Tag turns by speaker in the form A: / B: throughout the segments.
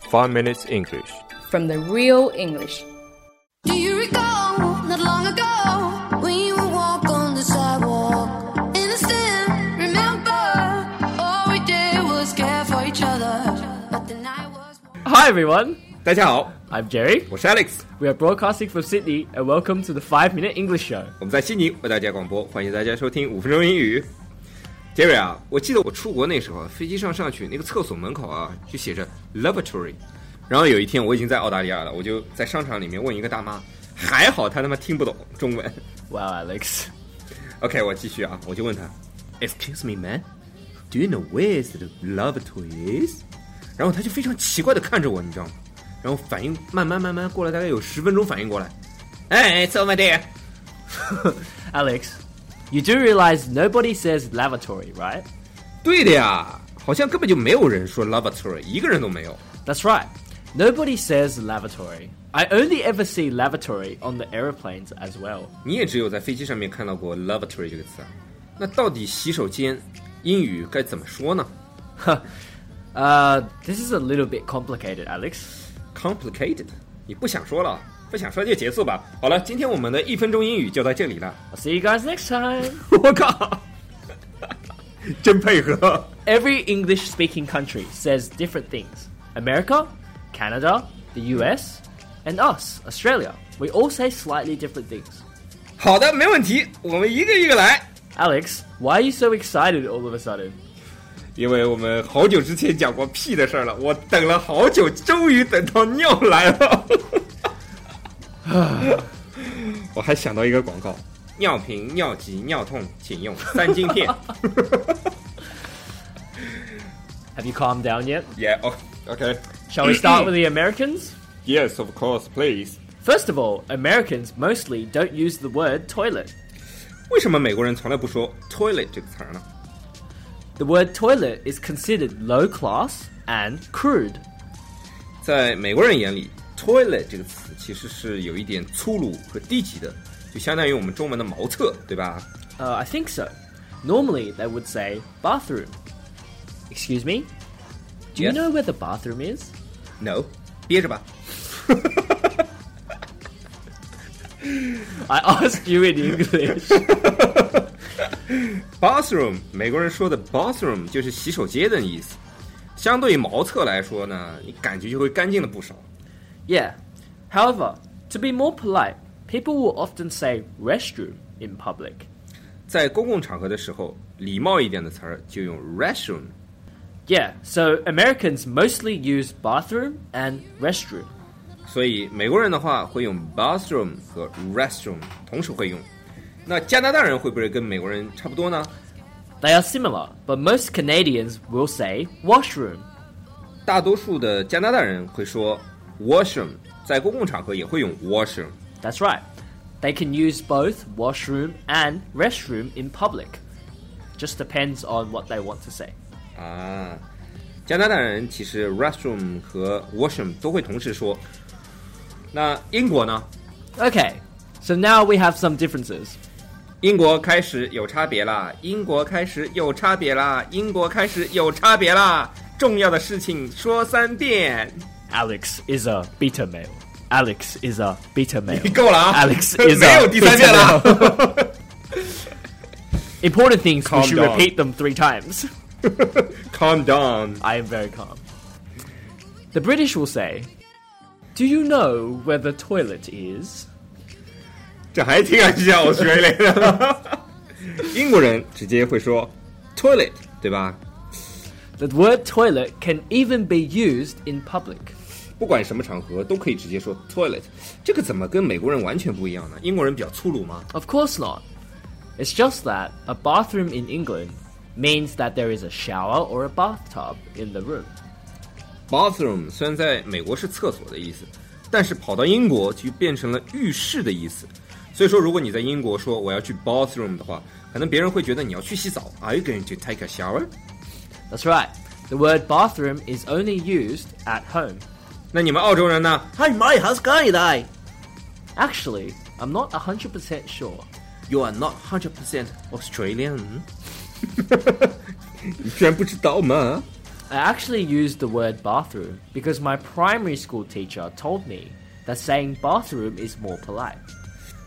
A: 5 Minutes English.
B: from the real English.
C: Do you recall not long ago when you would walk on the sidewalk? Innocent, remember all we did was care for each other. But the night was.
D: Hi everyone,
A: 大家好，
D: I'm Jerry.
A: 我是 Alex，
D: We are broadcasting from Sydney and welcome to the 5 Minute English Show.
A: 我们在悉尼为大家广播，欢迎大家收听五分钟英语。杰瑞啊，我记得我出国那时候啊，飞机上上去那个厕所门口啊，就写着 lavatory。然后有一天我已经在澳大利亚了，我就在商场里面问一个大妈，还好她他妈听不懂中文。
D: Wow, Alex.
A: OK，我继续啊，我就问她，Excuse me, man, do you know where is the lavatory is？然后她就非常奇怪的看着我，你知道吗？然后反应慢慢慢慢过来，大概有十分钟反应过来，哎，It's over there。
D: Alex, you do realize nobody says lavatory, right?
A: 对的呀，好像根本就没有人说 lavatory，一个人都没有。
D: That's right. Nobody says lavatory. I only ever see lavatory on the aeroplanes as well.
A: 你也只有在飞机上面看到过 lavatory 这个词啊。那到底洗手间英语该怎么说呢
D: Uh, this is a little bit complicated, Alex.
A: ？Complicated，你不想说了，不想说就结束吧。好了，今天我们的一分钟英语就到这里了。
D: I'll see you guys next time.
A: 我靠，真配合。
D: Every English speaking country says different things. America, Canada, the US, and us, Australia. We all say slightly different things.
A: 好的，没问题，我们一个一个来。
D: Alex, why are you so excited all of a sudden?
A: 因为我们好久之前讲过屁的事儿了，我等了好久，终于等到尿来了。 我还想到一个广告：尿频、尿急、尿痛，请用三金 片。
D: Have you calmed down yet?
A: yeah, o okay.
D: Shall we start with the Americans?
A: Yes, of course, please.
D: First of all, Americans mostly don't use the word toilet.
A: 为什么美国人从来不说 toilet 这个词儿呢？
D: The word toilet is considered low class and crude.
A: 在美国人眼里，toilet 这个词其实是有一点粗鲁和低级的，就相当于我们中文的茅厕，对吧？
D: Uh, I think so. Normally, they would say bathroom. Excuse me? Do
A: Yes.
D: you know where the bathroom is?
A: No，憋着吧。
D: I asked you in English.
A: bathroom，美国人说的 bathroom 就是洗手间的意思。相对于茅厕来说呢，你感觉就会干净了不少。
D: yeah. However, to be more polite, people will often say restroom in public.
A: 在公共场合的时候，礼貌一点的词儿就用 restroom。
D: Yeah, so Americans mostly use bathroom and restroom.
A: 所以美国人的话会用 bathroom 和 restroom 同时会用。那加拿大人会不会跟美国人差不多呢？
D: They are similar, but most Canadians will say washroom.
A: 大多数的加拿大人会说 washroom，在公共场合也会用 washroom。
D: That's right. They can use both washroom and restroom in public. Just depends on what they want to say.
A: 啊，加拿大人其实 restroom 和 washroom 都会同时说。那英国呢？
D: Okay, so now we have some differences.
A: 英国开始有差别啦！英国开始有差别啦！英国开始有差别啦！重要的事情说三遍，
D: Alex is a beta male. Alex is a beta male.
A: 你够了啊
D: Alex is
A: 没有
D: a
A: 第三遍了。
D: Important things
A: Calm
D: we should
A: down.
D: repeat them three times.
A: Calm down。
D: I am very calm. The British will say, "Do you know where the toilet is?"
A: 这还挺敢笑，我学来的。 英国人直接会说 toilet，对吧？
D: The word toilet can even be used in public.
A: 不管什么场合都可以直接说 toilet。这个怎么跟美国人完全不一样呢？英国人比较粗鲁吗？
D: Of course not. It's just that a bathroom in England means that there is a shower or a bathtub in the room.
A: bathroom 虽然在美国是厕所的意思，但是跑到英国就变成了浴室的意思。所以说，如果你在英国说我要去 bathroom 的话，可能别人会觉得你要去洗澡。Are 啊 you going to take a shower？
D: That's right. The word bathroom is only used at home.
A: 那你们澳洲人呢？
E: Hi, my how's going today?
D: Actually, I'm not 100% sure.
E: You are not 100%.
A: Australian？你居然不知道吗？
D: I actually used the word bathroom because my primary school teacher told me that saying bathroom is more polite.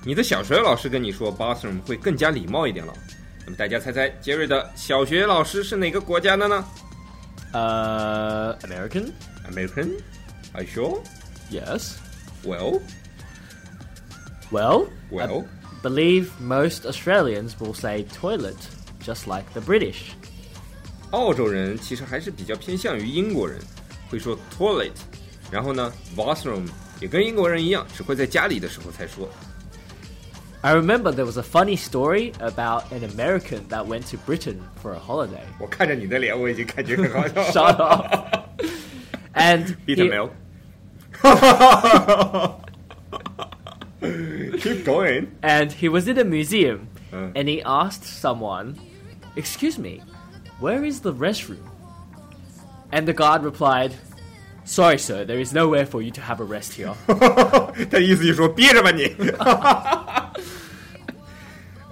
A: 你的小学老师跟你说 bathroom 会更加礼貌一点了。那么大家猜猜，杰瑞的小学老师是哪个国家的呢
D: Uh, American?
A: ？American? Are you sure?
D: Yes.
A: Well,
D: Well,
A: well.
D: believe most Australians will say toilet, just like the British.
A: 澳洲人其实还是比较偏向于英国人，会说 toilet，然后呢 bathroom 也跟英国人一样，只会在家里的时候才说。
D: I remember there was a funny story about an American that went to Britain for a holiday.
A: 我看着你的脸，我已经感觉很好 笑了。
D: Shut up. And
A: Peter
D: he-
A: Mail. Keep going.
D: and he was in a museum
A: Uh.
D: and he asked someone, Excuse me, where is the restroom? And the guard replied, Sorry, sir, there is nowhere for you to have a rest here.
A: 他意思就是说憋着吧你。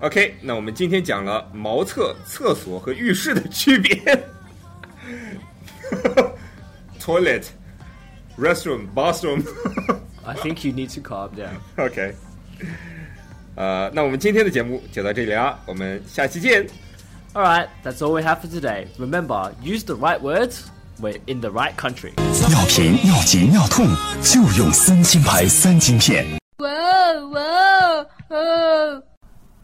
A: OK，那我们今天讲了茅厕、厕所和浴室的区别。Toilet, restroom, bathroom 。
D: I think you need to calm down.
A: OK，呃，那我们今天的节目就到这里啦，我们下期见。
D: Alright, that's all we have for today. Remember, use the right words, we're in the right country.
F: 尿频、尿急、尿痛，就用三清牌三金片。